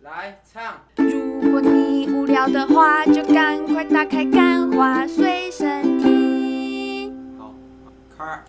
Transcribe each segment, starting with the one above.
来唱，如果你无聊的话，就赶快打开《干花随身听》。好，开。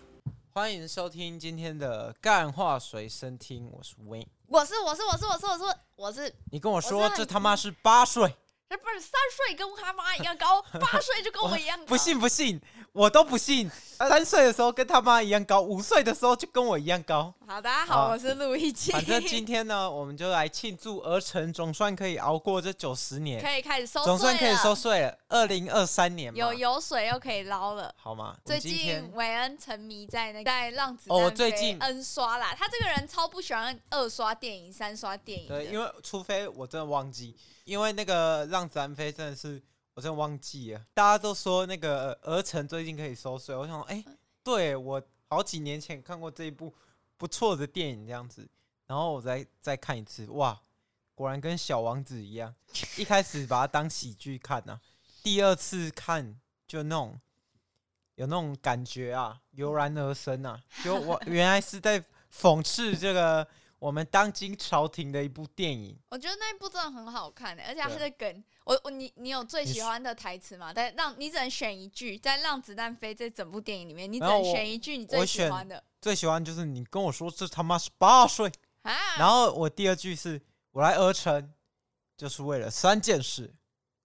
欢迎收听今天的干话随身听，我是 Win。我是我是我是我是我是我是，你跟我说我是这他妈是八 岁，这不是三岁跟他妈一 样高，八岁就跟我一样高。不信不信，我都不信。呃三岁的时候跟他妈一样高，五岁的时候就跟我一样高。好，大家好，好我是陆一奇。反正今天呢，我们就来庆祝儿辰总算可以熬过这九十年， 可以开始收税了，总算可以收税了。二零二三年嘛有油水又可以捞了。好吗？我最们今近天韦恩沉迷在那个在让子哦我弹最飞近恩刷啦，他这个人超不喜欢二刷电影、三刷电影的，对，因为除非我真的忘记，因为那个让子弹飞真的是我真的忘记了。大家都说那个呃儿辰最近可以收税，我想说，哎、对我好几年前看过这一部不错的电影这样子，然后我再再看一次，哇，果然跟小王子一样，一开始把它当喜剧看啊，第二次看就那种有那种感觉啊，油然而生啊，就我 原来是在讽刺这个我们当今朝廷的一部电影。我觉得那一部真的很好看、欸，而且对他的梗，我我你你有最你喜是欢的台词吗？但让你只能选一句，在《让子弹飞》这整部电影里面，你只然后能我选一句你我最喜选欢的最喜欢就是你跟我说这他妈是八岁，啊。然后我第二句是我来鹅城就是为了三件事：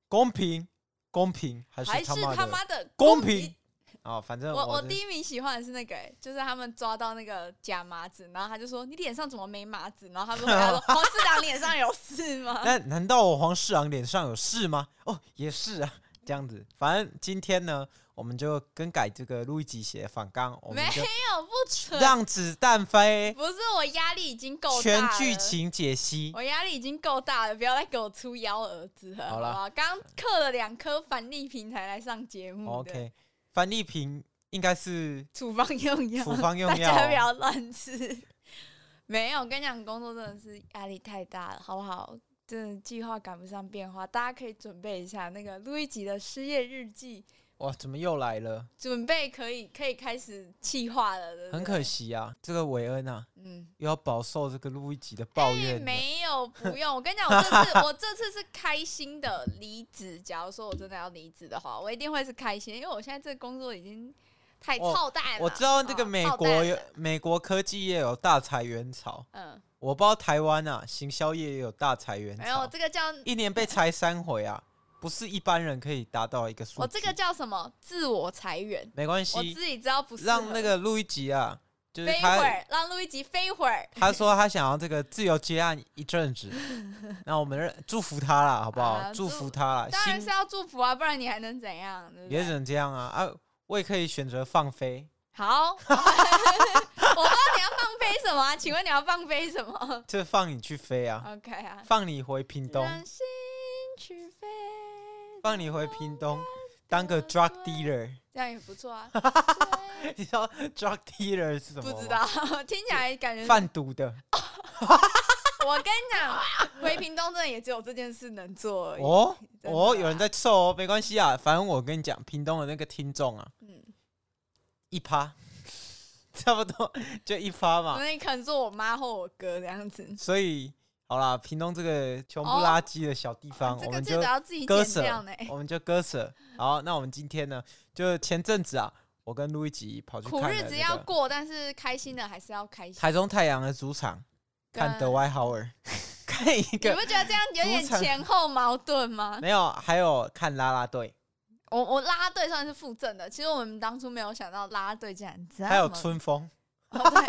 公平、公平还还是是妈他的妈的公平。啊、反正我我的第一名喜欢的是那个、欸，就是他们抓到那个假麻子，然后他就说你脸上怎么没麻子？然后他们回答 说黄四郎脸上有事吗？那难道我黄世昂脸上有事吗？哦，也是啊，这样子。反正今天呢，我们就更改这个录一集写反纲，我们没就有不准，让子弹飞，不是我压力已经够大全了，剧情解析。我压力已经够大了，不要再给我出幺蛾子了，好好啦不好？刚刻了两颗反例平台来上节目哦 OK，樊丽萍应该是处方用药，处方用药大家不哦、要乱吃。没有，我跟你讲，工作真的是压力太大了，好不好？真的计划赶不上变化，大家可以准备一下那个路易吉的失业日记，哇，怎么又来了？准备可以 可以开始计划了，对不对 很可，惜啊，这个韦恩啊，嗯，又要饱受这个路易吉的抱哎怨了。没有，不用。我跟你讲，我这次我这次是开心的离职。假如说我真的要离职的话，我一定会是开心，因为我现在这个工作已经太哦操蛋了。我知道那个哦美操国蛋有了美国科技业有大裁员潮，嗯，我不知道台湾啊行销业也有大裁员没有潮。这个叫一年被裁三回 啊，不是一般人可以达到一个数字。我这个叫什么？自我裁员。没关我系，自己知道不是让那个路易吉啊，就是飞一会他儿，让路易吉飞一会儿， 他说他想要这个自由接案一阵子，那我们认祝福他啦，好不好？啊祝祝福他啦，当然心是要祝福啊，不然你还能怎样？对不也对只能这样啊啊！我也可以选择放飞，好，我 不知道你要放飞什么啊、请问你要放飞什么就放你去飞啊， ？OK 啊，放你回屏东，让心去飞，放你回屏东当个 drug dealer。 这样也不错啊。你知道 drug dealer 是什么不吗？知道，听起来感觉是贩毒的我跟你讲，回屏东真的也只有这件事能做而已。哦真的哦，啊有人在臭哦，没关系啊，反正我跟你讲，屏东的那个听众啊，嗯，一趴， 差不多就一趴嘛。那你可能是我妈或我哥这样子。所以好啦，屏东这个穷不拉几的小地方，哦这我个们记得哦就要自己割剪舍哦掉呢，，我们就割舍。好，那我们今天呢，就前阵子啊，我跟路易吉跑去看苦了日子要那个过，但是开心的还是要开心。台中太阳的主场，看跟德怀豪 尔，看一啊你个不觉得这样有 点主场前后矛盾吗？没有，还有看啦啦队，我我拉拉队算是附赠的，其实我们当初没有想到拉拉队竟然这样。还有春风，哦对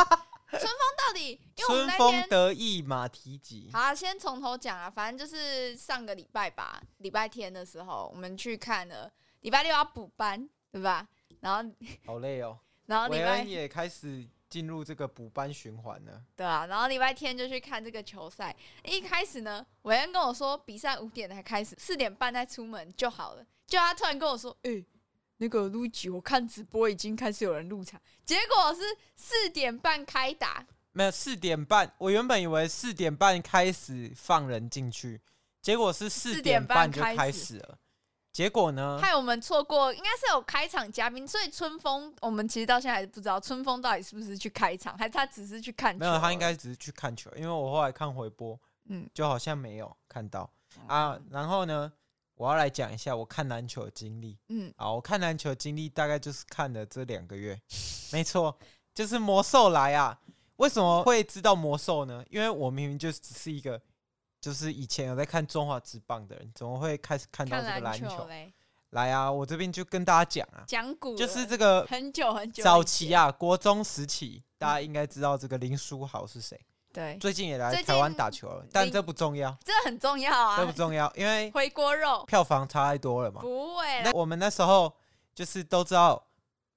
春风到底，因为我春们那风天得意马蹄疾好、，啊，先从头讲啊，反正就是上个礼拜吧，礼拜天的时候我们去看了，礼拜六要补班，对吧？然后好累哦。然后礼韦拜恩也开始进入这个补班循环了。对啊，然后礼拜天就去看这个球赛。一开始呢，韦恩跟我说比赛五点才开始，四点半再出门就好了。就他突然跟我说：“诶、那个录集，我看直播已经开始有人入场。”结果是四点半开打，没有四点半，我原本以为四点半开始放人进去，结果是四点半就4:30开始了。结果呢？害我们错过，应该是有开场嘉宾。所以春风，我们其实到现在还是不知道春风到底是不是去开场，还是他只是去看球没有，他应该只是去看球，因为我后来看回播，嗯嗯，就好像没有看到啊。然后呢，我要来讲一下我看篮球的经历嗯，啊。我看篮球的经历大概就是看了这两个月，没错，就是魔兽来啊。为什么会知道魔兽呢？因为我明明就只是一个，就是以前有在看中华职棒的人，怎么会开始看到看这个篮球球？嘞，来啊，我这边就跟大家讲啊，讲古就是了这个很久很久以早期前，啊，国中时期，大家应该知道这个林书豪是谁。对，最近也来哎最台湾近打球了，但林这不重要，这很重要这不啊，重要，因为回锅肉票房差太多了嘛。不会那，啦我们那时候就是都知道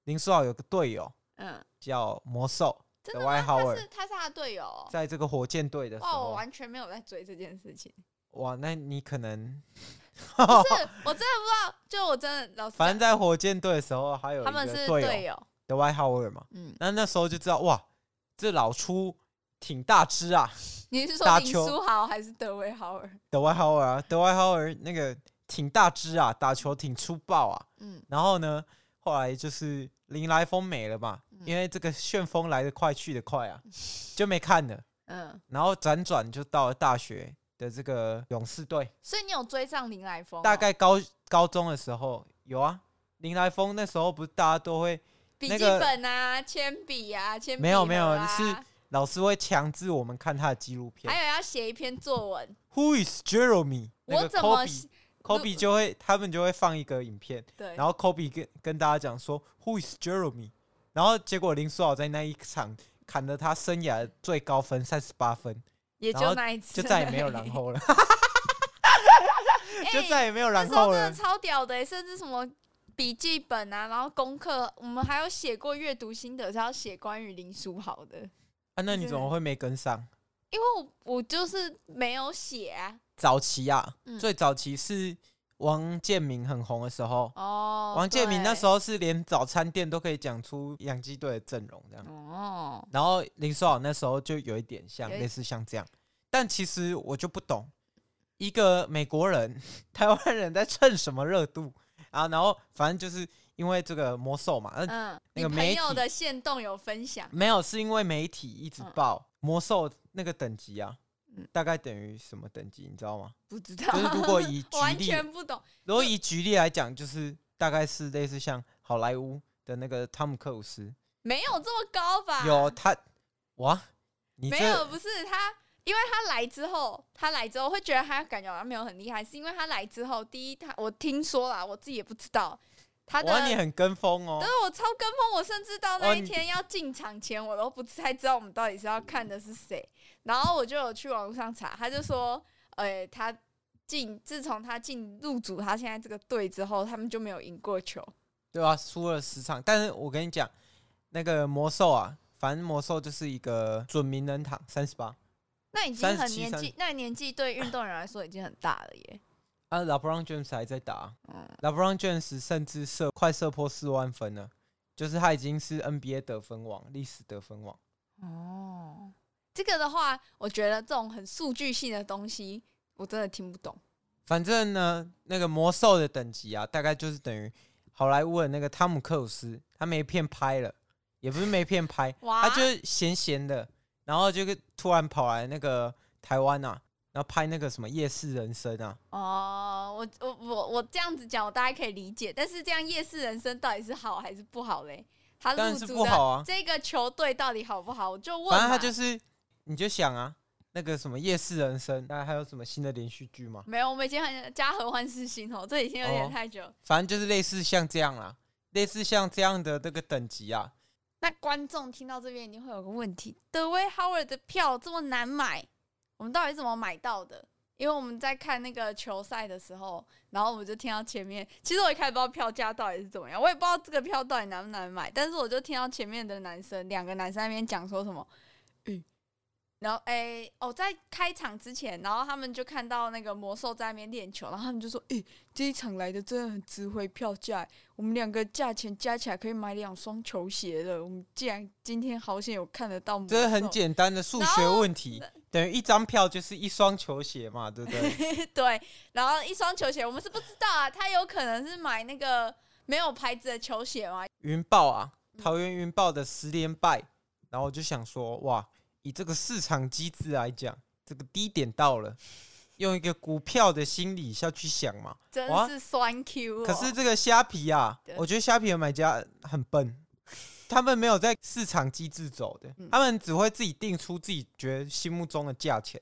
林书豪有个队友嗯，叫魔兽真的的吗？ Y 他是 Howard，他是他的队友哦，欸在这个火箭队的时哇，我候，完全没有在追这件事情，哇，那你可能， 是我真的不知道，就我真的老师哦反正在火箭队的时候还有一他们个是队队友友，的 Y Howard 嘛，嗯，那那时候就知道哇，这老出挺大只啊。你是说打林球书豪还是德维豪尔？德怀豪尔啊，德怀豪尔那个挺大只啊，打球挺粗暴啊。嗯然后呢，后来就是林来疯没了嘛，嗯因为这个旋风来得快去得快啊，就没看了。嗯，然后辗转就到了大学的这个勇士队，所以你有追上林来疯哦，大概高高中的时候有啊。林来疯那时候不是大家都会笔那记个本啊、铅笔啊、铅笔没有没有盒啊是老师会强制我们看他的纪录片还有要写一篇作文， ，Who is Jeremy？那我个怎么 Kobe Kobe 就会他们就会放一个影片。对然后 Kobe 跟跟大家讲说 Who is Jeremy？然后结果林书豪在那一场砍了他生涯最高分三十八分，也然就后那一次，就再也没有然后了， 哎就再也没有那然时候后真的了。超屌的欸，甚至什么笔记本啊，然后功课，我们还有写过阅读心得是要写关于林书豪的，啊，那你真怎么会没跟上？因为我我就是没有写啊。早期啊，嗯最早期是王建民很红的时候，哦，王建民那时候候是连早餐店都可以讲出洋基队的阵容这样。哦，然后林书豪那时候就有一点像有一类似像这样，但其实我就不懂，一个美国人、台湾人在蹭什么热度啊？然后反正就是因为这个魔兽嘛，呃嗯，那你个朋媒友体的线动有分享，没有是因为媒体一直嗯报魔兽那个等级啊嗯，大概等于什么等级，你知道吗？不知道，就是如果以举 完例全不懂，如果以举例来讲，就是大概是类似像好莱坞的那个汤姆克鲁斯，没有这么高吧？有他哇，你啊没有，这不是他，因为他来之后，他来之后会觉得他感觉好像没有很厉害，是因为他来之后，第一他我听说啦，我自己也不知道他的，哇你但很跟风哦。是我超跟风，我甚至到那哇一你天要进场前，我都不太知道我们到底是要看的是谁，然后我就有去网络上查，他就说，呃、他。进，自从他进入组，他现在这个队之后，他们就没有赢过 球。对啊，输了十场。但是我跟你讲，那个魔兽啊，反正魔兽就是一个准名人堂三十八那已经很37年纪，那年纪对运动员来说已经很大了耶。啊，LeBron James 还在打、嗯 l e b r o n James 甚至射快射破四万分了，就是他已经是 NBA 得分王，历史得分王。哦，这个的话，我觉得这种很数据性的东西，我真的听不懂。反正呢，那个魔兽的等级啊，大概就是等于好莱坞的那个汤姆克鲁斯，他没片拍了，也不是没片拍，哇他啊就是闲闲的，然后就突然跑来那个台湾啊，然后拍那个什么夜市人生啊。哦，我我我我这样子讲，我大概可以理解。但是这样夜市人生到底是好还是不好嘞？他当入然是主不好的啊这个球队到底好不好？我就问嘛，反正他就是，你就想啊，那个什么夜市人生，那还有什么新的连续剧吗？没有，我们已经很家和万事兴哦，这已经有点哦太久。反正就是类似像这样啦，类似像这样的那个等级啊，那观众听到这边一定会有个问题：德威 Howard 的票这么难买，我们到底怎么买到的？因为我们在看那个球赛的时候，然后我们就听到前面，其实我也看不到票价到底是怎么样，我也不知道这个票到底难不难买，但是我就听到前面的男生两个男生在那边讲说什么，嗯，然后诶、哦，在开场之前，然后他们就看到那个魔兽在那边练球，然后他们就说，诶、这一场来的真的很值回票价，我们两个价钱加起来可以买两双球鞋了。我们既然今天好险有看得到魔兽，这是很简单的数学问题，等于一张票就是一双球鞋嘛，对不对？ 对。然后一双球鞋，我们是不知道啊，他有可能是买那个没有牌子的球鞋嘛？云豹啊，嗯桃园云豹的十连败，然后我就想说，哇，以这个市场机制来讲，这个低点到 了，用一个股票的心理下去想嘛。哇真是酸 Q 哦。可是这个虾皮啊对，我觉得虾皮的买家很 笨，他们没有在市场机制走的，嗯他们只会自己定出自己觉得心目中的价钱。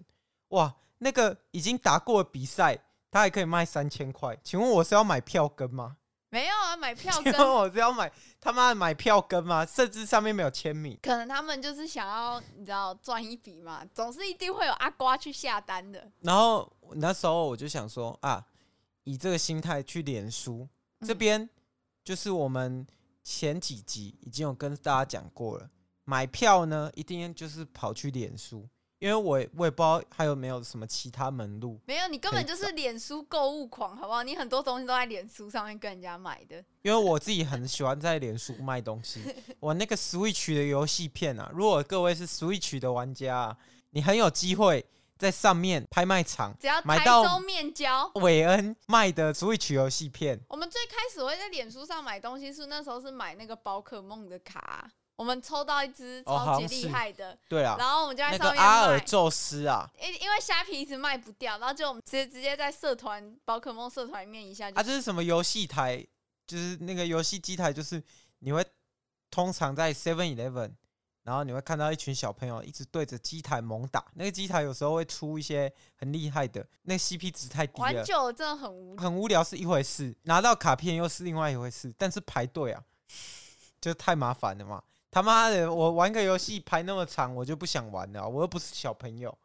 哇，那个已经打过的比赛，他还可以卖三千块，请问我是要买票根吗？没有啊，买票 请跟问我是要买他妈的买票根吗？甚至上面没有签名。可能他们就是想要你知道赚一笔嘛，总是一定会有阿瓜去下单的。然后那时候我就想说啊，以这个心态去脸书这边，就是我们前几集已经有跟大家讲过了，买票呢一定就是跑去脸书，因为我也我也不知道还有没有什么其他门路。没有，你根本就是脸书购物狂，好不好？你很多东西都在脸书上面跟人家买的。因为我自己很喜欢在脸书卖东西，我那个 Switch 的游戏片啊，如果各位是 Switch 的玩家、啊，你很有机会在上面拍卖场只要买台到州面交，韦恩卖的 Switch 游戏片。我们最开始会在脸书上买东西，是那时候是买那个宝可梦的卡，啊我们抽到一只哦好超级像是厉害的，对啊，然后我们就在那上个面阿尔卖。宙斯啊，因因为虾皮一直卖不掉，然后就我们直接直接在社团宝可梦社团里面一下就啊，这是什么游戏台？就是那个游戏机台，就是你会通常在 Seven Eleven，然后你会看到一群小朋友一直对着机台猛打。那个机台有时候会出一些很厉害的，那 CP 值太低玩了，久了真的很无聊。很无聊是一回事，拿到卡片又是另外一回事，但是排队啊，就太麻烦了嘛。他妈的，我玩个游戏排那么长，我就不想玩了啊，我又不是小朋友。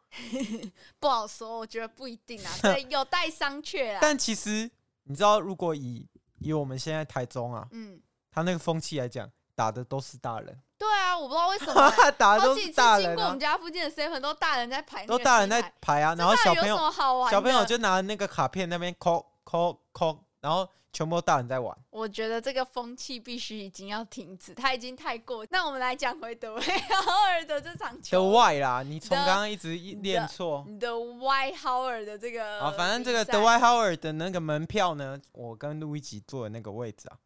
不好说，我觉得不一定 啊，对，有待商榷啦。但其实你知道，如果以以我们现在台中啊，嗯，他那个风气来讲，打的都是大人，对啊，我不知道为什么欸，打的好都几是次大经人、过 我啊们，家附近的 seven 都大人在排那个都机台，大人在排啊，然后这小到底朋有什友么好玩的？小朋友就拿那个卡片那边抠抠抠，然后全部都大人在玩。我觉得这个风气必须已经要停止，它已经太过。那我们来讲回 德维奥尔的这场的球，外啦，你从的刚刚一直一念错德外豪尔的这个啊，反正这个比赛德怀豪尔的那个门票呢，我跟路易吉坐的那个位置啊，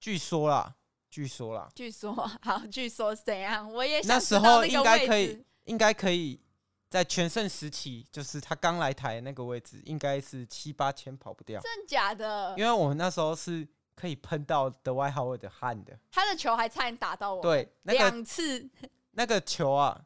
据说啦，据说啦，据说好，据说怎样？我也那哎想知时道候那个应该位可置以，应该可以在全盛时期，就是他刚来台那个位置，应该是七八千跑不掉，真假的因？为我们那时候是可以喷到德怀豪尔的汗的。他的球还差点打到我，，对，那个两次，那个球啊，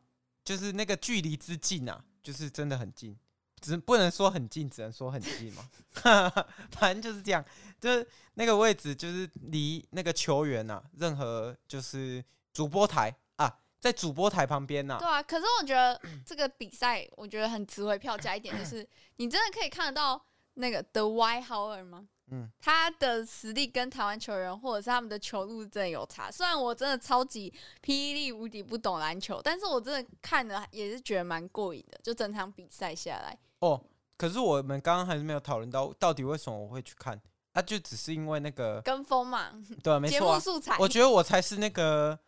就是那个距离之近啊，就是真的很近，只不能说很近，只能说很近嘛。 反正就是这样，就是那个位置，就是离那个球员啊，任何就是主播台啊，在主播台旁边呐、对啊。可是我觉得这个比赛，我觉得很值回票价一 点，就是你真的可以看得到那个德怀豪尔吗？嗯，他的实力跟台湾球员或者是他们的球路真的有差。虽然我真的超级霹雳无敌不懂篮球，但是我真的看了也是觉得蛮过瘾的。就整场比赛下来，哦，可是我们刚刚还是没有讨论到到底为什么我会去看，啊，就只是因为那个跟风嘛，对啊，没节错、目啊，素材我觉得我才是那个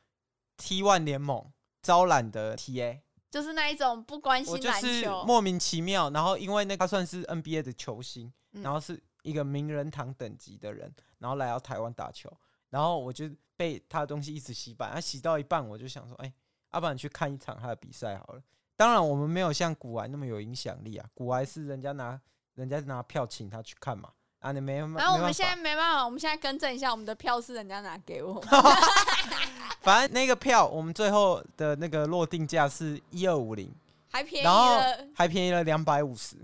T One 联盟招揽的 TA，就是那一种不关我心就篮是球，莫名其妙，然后因为那个他算是 NBA 的球星，嗯然后是一个名人堂等级的人，然后来到台湾打球，然后我就被他的东西一直洗版，他、洗到一半我就想说，哎、要、不然去看一场他的比赛好了。当然，我们没有像古玩那么有影响力啊，古玩是人家拿人家拿票请他去看嘛，啊，你没办法。然后我没们办现在法没办法，我们现在更正一下，我们的票是人家拿给我们， 反正那个票，我们最后的那个落定价是一二五零，还便宜然后了。还便宜了两百五十，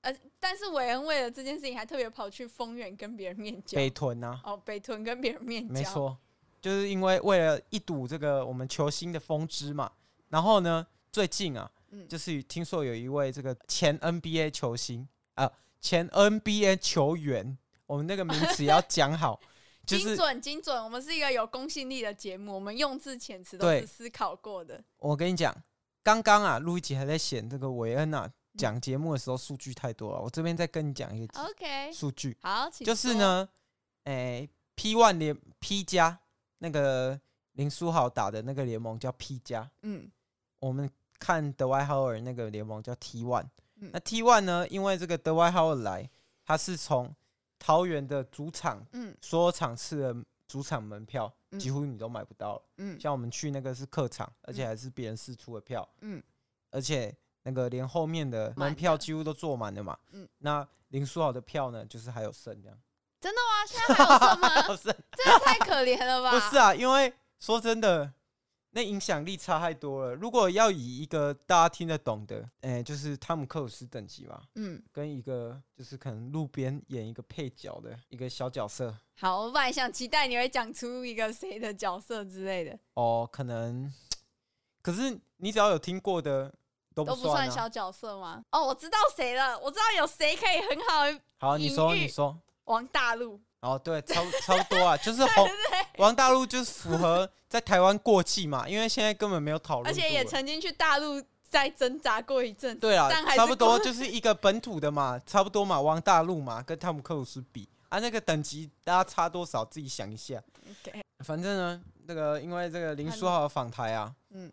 呃，但是韦恩为了这件事情还特别跑去丰原跟别人面交，北屯啊。哦，北屯跟别人面交，没错，就是因为为了一睹这个我们球星的风姿嘛。然后呢，最近啊，嗯就是听说有一位这个前 NBA 球星啊、前 NBA 球员，我们那个名词也要讲 好，就精是准精准，我们是一个有公信力的节目，我们用字遣词都对是思考过的。我跟你讲，刚刚啊，路易吉还在嫌这个韦恩嗯啊讲节目的时候数据太多了，我这边再跟你讲一个 OK，数据， 好，请就是说，呢，诶 p One 联 P 加那个林书豪打的那个联盟叫 P 加，嗯，我们看德怀豪尔那个联盟叫 T One，、嗯那 T One 呢，因为这个德怀豪尔来，他是从桃园的主场嗯所有场次的主场门票嗯几乎你都买不到了，嗯像我们去那个是客场，而且还是别人试出的票，嗯而且那个连后面的满门的票几乎都坐满了嘛。嗯那林书豪的票呢，就是还有剩 这样。真的吗？现在还有剩还吗？ 有剩真的太可怜了吧！不是啊，因为说真的，那影响力差太多了。如果要以一个大家听得懂的，哎、就是汤姆克鲁斯等级吧，嗯，跟一个就是可能路边演一个配角的一个小角色，好，我本来想期待你会讲出一个谁的角色之类的，哦，可能，可是你只要有听过的都都不不算算小啊。角色吗？哦，我知道谁了，我知道有谁可以很好地好，你说，隐喻你说。王大陆，哦，对，差不差不多啊， 就是红王大陆就是符合在台湾过气嘛，因为现在根本没有讨论而度了，且也曾经去大陆再挣扎过一阵子。欸对啊但还，是差不多就是一个本土的嘛，差不多嘛，王大陆嘛，跟汤姆克鲁斯比啊，那个等级大家差多少，自己想一下。 OK 反正呢，这个因为这个林书豪的访台啊，嗯嗯，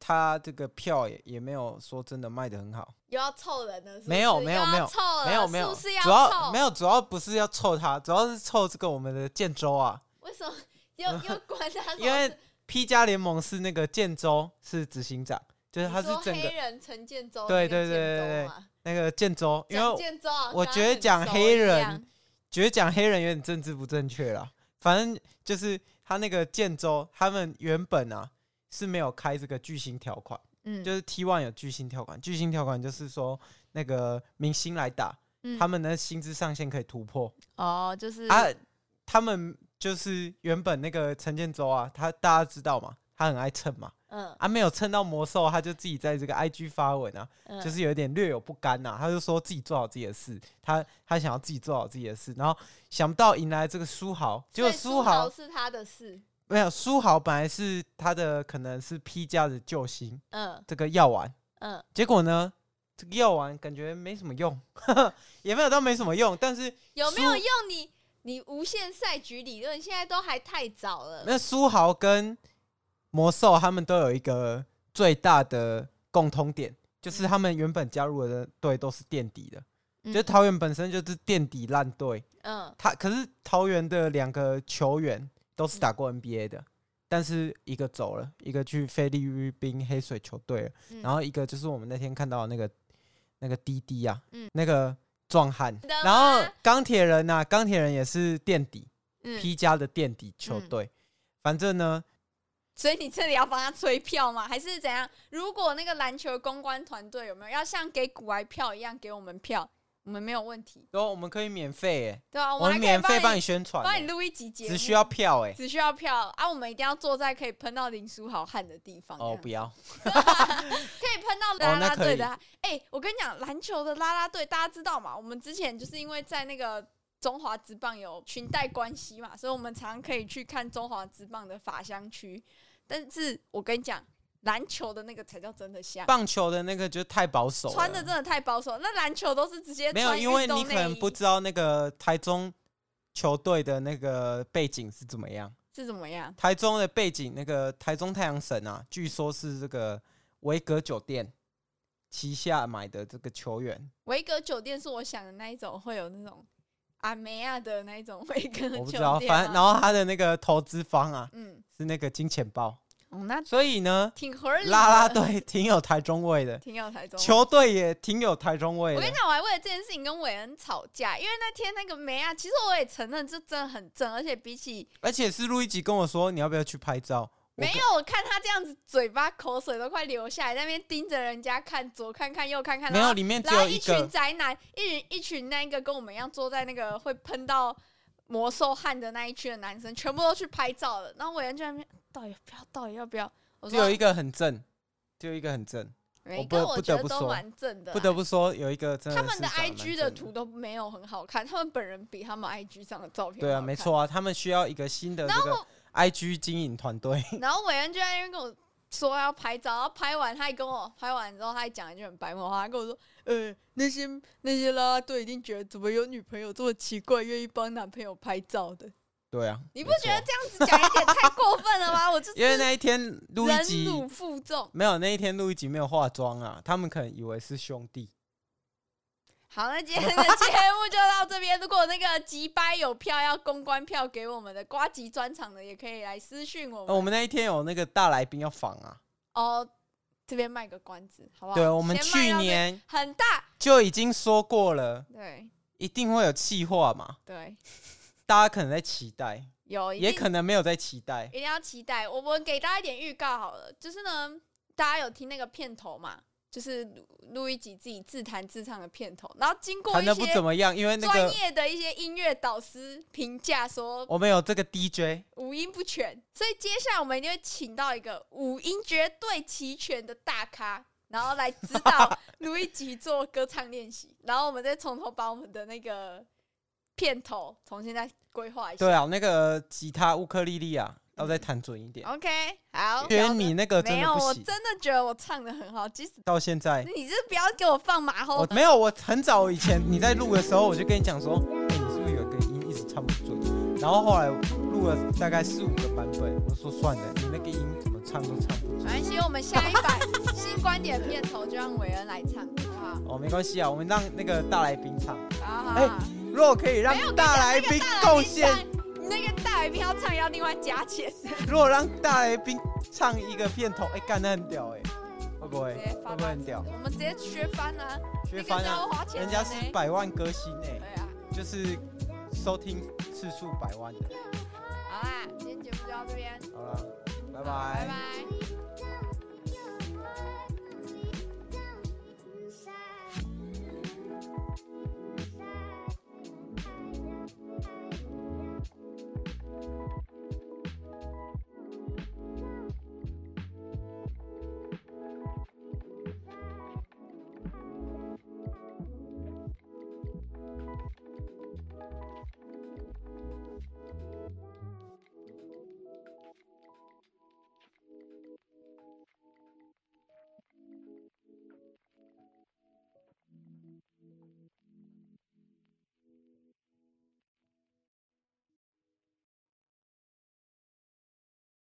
他这个票也也没有说真的卖的很好，又要凑人了，是不是没有没有又要没有凑了，没有没有，呃是不是要主要凑没有主要不是要凑他，主要是凑这个我们的建州啊，为什么又又关他什么事？ 因为 P 加联盟是那个建州是执行长，就是他是你说整个黑人陈建州，对那个对对建州对对嘛那个建州，因为讲建州好像我觉得很讲熟黑一人样觉得讲黑人有点政治不正确啦。反正就是他那个建州，他们原本啊是没有开这个巨星条款，嗯就是 T one 有巨星条款，巨星条款就是说那个明星来打，嗯他们的薪资上限可以突破哦，就是啊。他们就是原本那个陈建州啊，他大家知道嘛，他很爱蹭嘛，嗯啊没有蹭到魔兽，他就自己在这个 IG 发文啊，嗯，就是有点略有不甘呐、他就说自己做好自己的事，他他想要自己做好自己的事，然后想不到迎来这个书豪，结所果以书苏豪豪是他的事，没有书豪本来是他的可能是 P 加的救星，嗯这个药丸，嗯，结果呢这个药丸感觉没什么用， 也没有到没什么用，但是有没有苏用你你无限赛局理论？现在都还太早了，那书豪跟魔兽他们都有一个最大的共通点，就是他们原本加入的队都是垫底的，嗯就是桃园本身就是垫底烂队。嗯他可是桃园的两个球员都是打过 NBA 的，但是一个走了，一个去菲律宾黑水球队了，嗯然后一个就是我们那天看到的那个那个滴滴啊，嗯那个壮汉的吗，然后钢铁人呐、钢铁人也是垫底、嗯， P 加的垫底球队，反正呢，所以你这里要帮他催票吗？还是怎样？如果那个篮球公关团队有没有要像给古埃票一样给我们票？我们没有问题，然后我们可以免费耶、对啊，我们们还免可费以帮帮你宣传帮你耶、录一集节目，只需要票哎、只需要票啊！我们一定要坐在可以喷到林书豪汗的地方，哦，这不样要，可以喷到啦哦那啦可队以的汗。哎、我跟你讲，篮球的啦啦队大家知道嘛？我们之前就是因为在那个中华职棒有裙带关系嘛，所以我们常可以去看中华职棒的法香区。但是我跟你讲，篮球的那个才叫真的香，棒球的那个就太保守了，穿的真的太保守。那篮球都是直接没有，穿因为运动你可内能衣不知道那个台中球队的那个背景是怎么样。是怎么样？台中的背景，那个台中太阳神啊，据说是这个维格酒店旗下买的这个球 员，维格酒店是我想的那一种，会有那种阿梅亚的那一种 维格酒店吗、啊我不知道，反正然后他的那个投资方啊嗯，是那个金钱 豹，哦，那所以呢，挺合理的，啦啦队挺有台中味 的，挺有台中。球队也挺有台中味我跟的你。讲，我还为了这件事情跟韦恩吵架，因为那天那个梅亚，其实我也承认这真的很正，而且比起而且是路易吉跟我说，你要不要去拍照？我没有，我看他这样子，嘴巴口水都快流下来，在那边盯着人家看，左看看右看看，没然有，后里面只然后有一一群个，宅男，一群一群那个跟我们一样坐在那个会喷到魔兽汗的那一区的男生，全部都去拍照了。然后韦恩就在那边，到底要不要？到底要不要？我只有说一个很正，只有一个很正。每不个不我得觉得不都说蛮正的啊，不得不说，有一个真的他们是的长得蛮 IG 正的图都没有很好看，他们本人比他们 IG 上的照片对啊，好看没。错啊，他们需要一个新的然这后个 IG 经营团队。然后韦恩就在那边跟我说要拍照，然后拍完他还跟我拍完之后，他还讲一句很白目的话，他跟我说：“呃，那些那些啦啦队一定觉得怎么有女朋友这么奇怪，愿意帮男朋友拍照的，对啊，你不没觉得错？这样子讲一点太过分了吗？”我就因为是那一天录一忍集辱负重。没有，那一天录一集没有化妆啊，他们可能以为是兄弟。好，那今天的节目就到这边。如果那个吉掰有票要公关票给我们的瓜吉专场的，也可以来私讯我呃们。我们那一天有那个大来宾要访啊，哦，这边卖个关子，好不好？对，我们哦先卖去到这年很大，就已经说过了，对一定会有气话嘛，对，大大家可能在期待，有一也定可能没有在期待一。定要期待。我我给大家一点预告好了，就是呢，大家有听那个片头嘛，就是录录一集自己自弹自唱的片头，然后经过谈一的不怎些么样，因为那专个业的一些音乐导师评价说我们有这个 DJ，五音不全，所以接下来我们一定会请到一个五音绝对齐全的大咖，然后来指导录一集做歌唱练习，然后我们再从头把我们的那个片头重新再规划一下。对啊，那个吉他、乌克丽丽啊，要再弹准一点。 OK，好，因为好的你那个真没的有，不我行真，的觉得我唱的很好，即使 到现在你是不要给我放马后我没有，我很早以前你在录的时候，我就跟你讲说，哎、你是不是有一个音一直唱不准？然后后来录了大概四五个版本，我说算了，你那个音怎么唱都唱不准。没关系，我们下一 版新观点片头就让韦恩来唱，好啊不好？哦，没关系啊，我们让那个大来宾唱。好好好。哎如果可以让没有大哎来宾贡献，，你那个大来宾要唱要另外加钱，如果让大来宾唱一个片头，哎、干得很屌哎、会不会？直接会不翻会版很屌？我们直接削翻啊！学翻那个是要啊！花钱的人家呢是百万歌星哎、对啊，就是收听次数百万的。好啦，今天节目就到这边，好了，拜拜好拜。拜。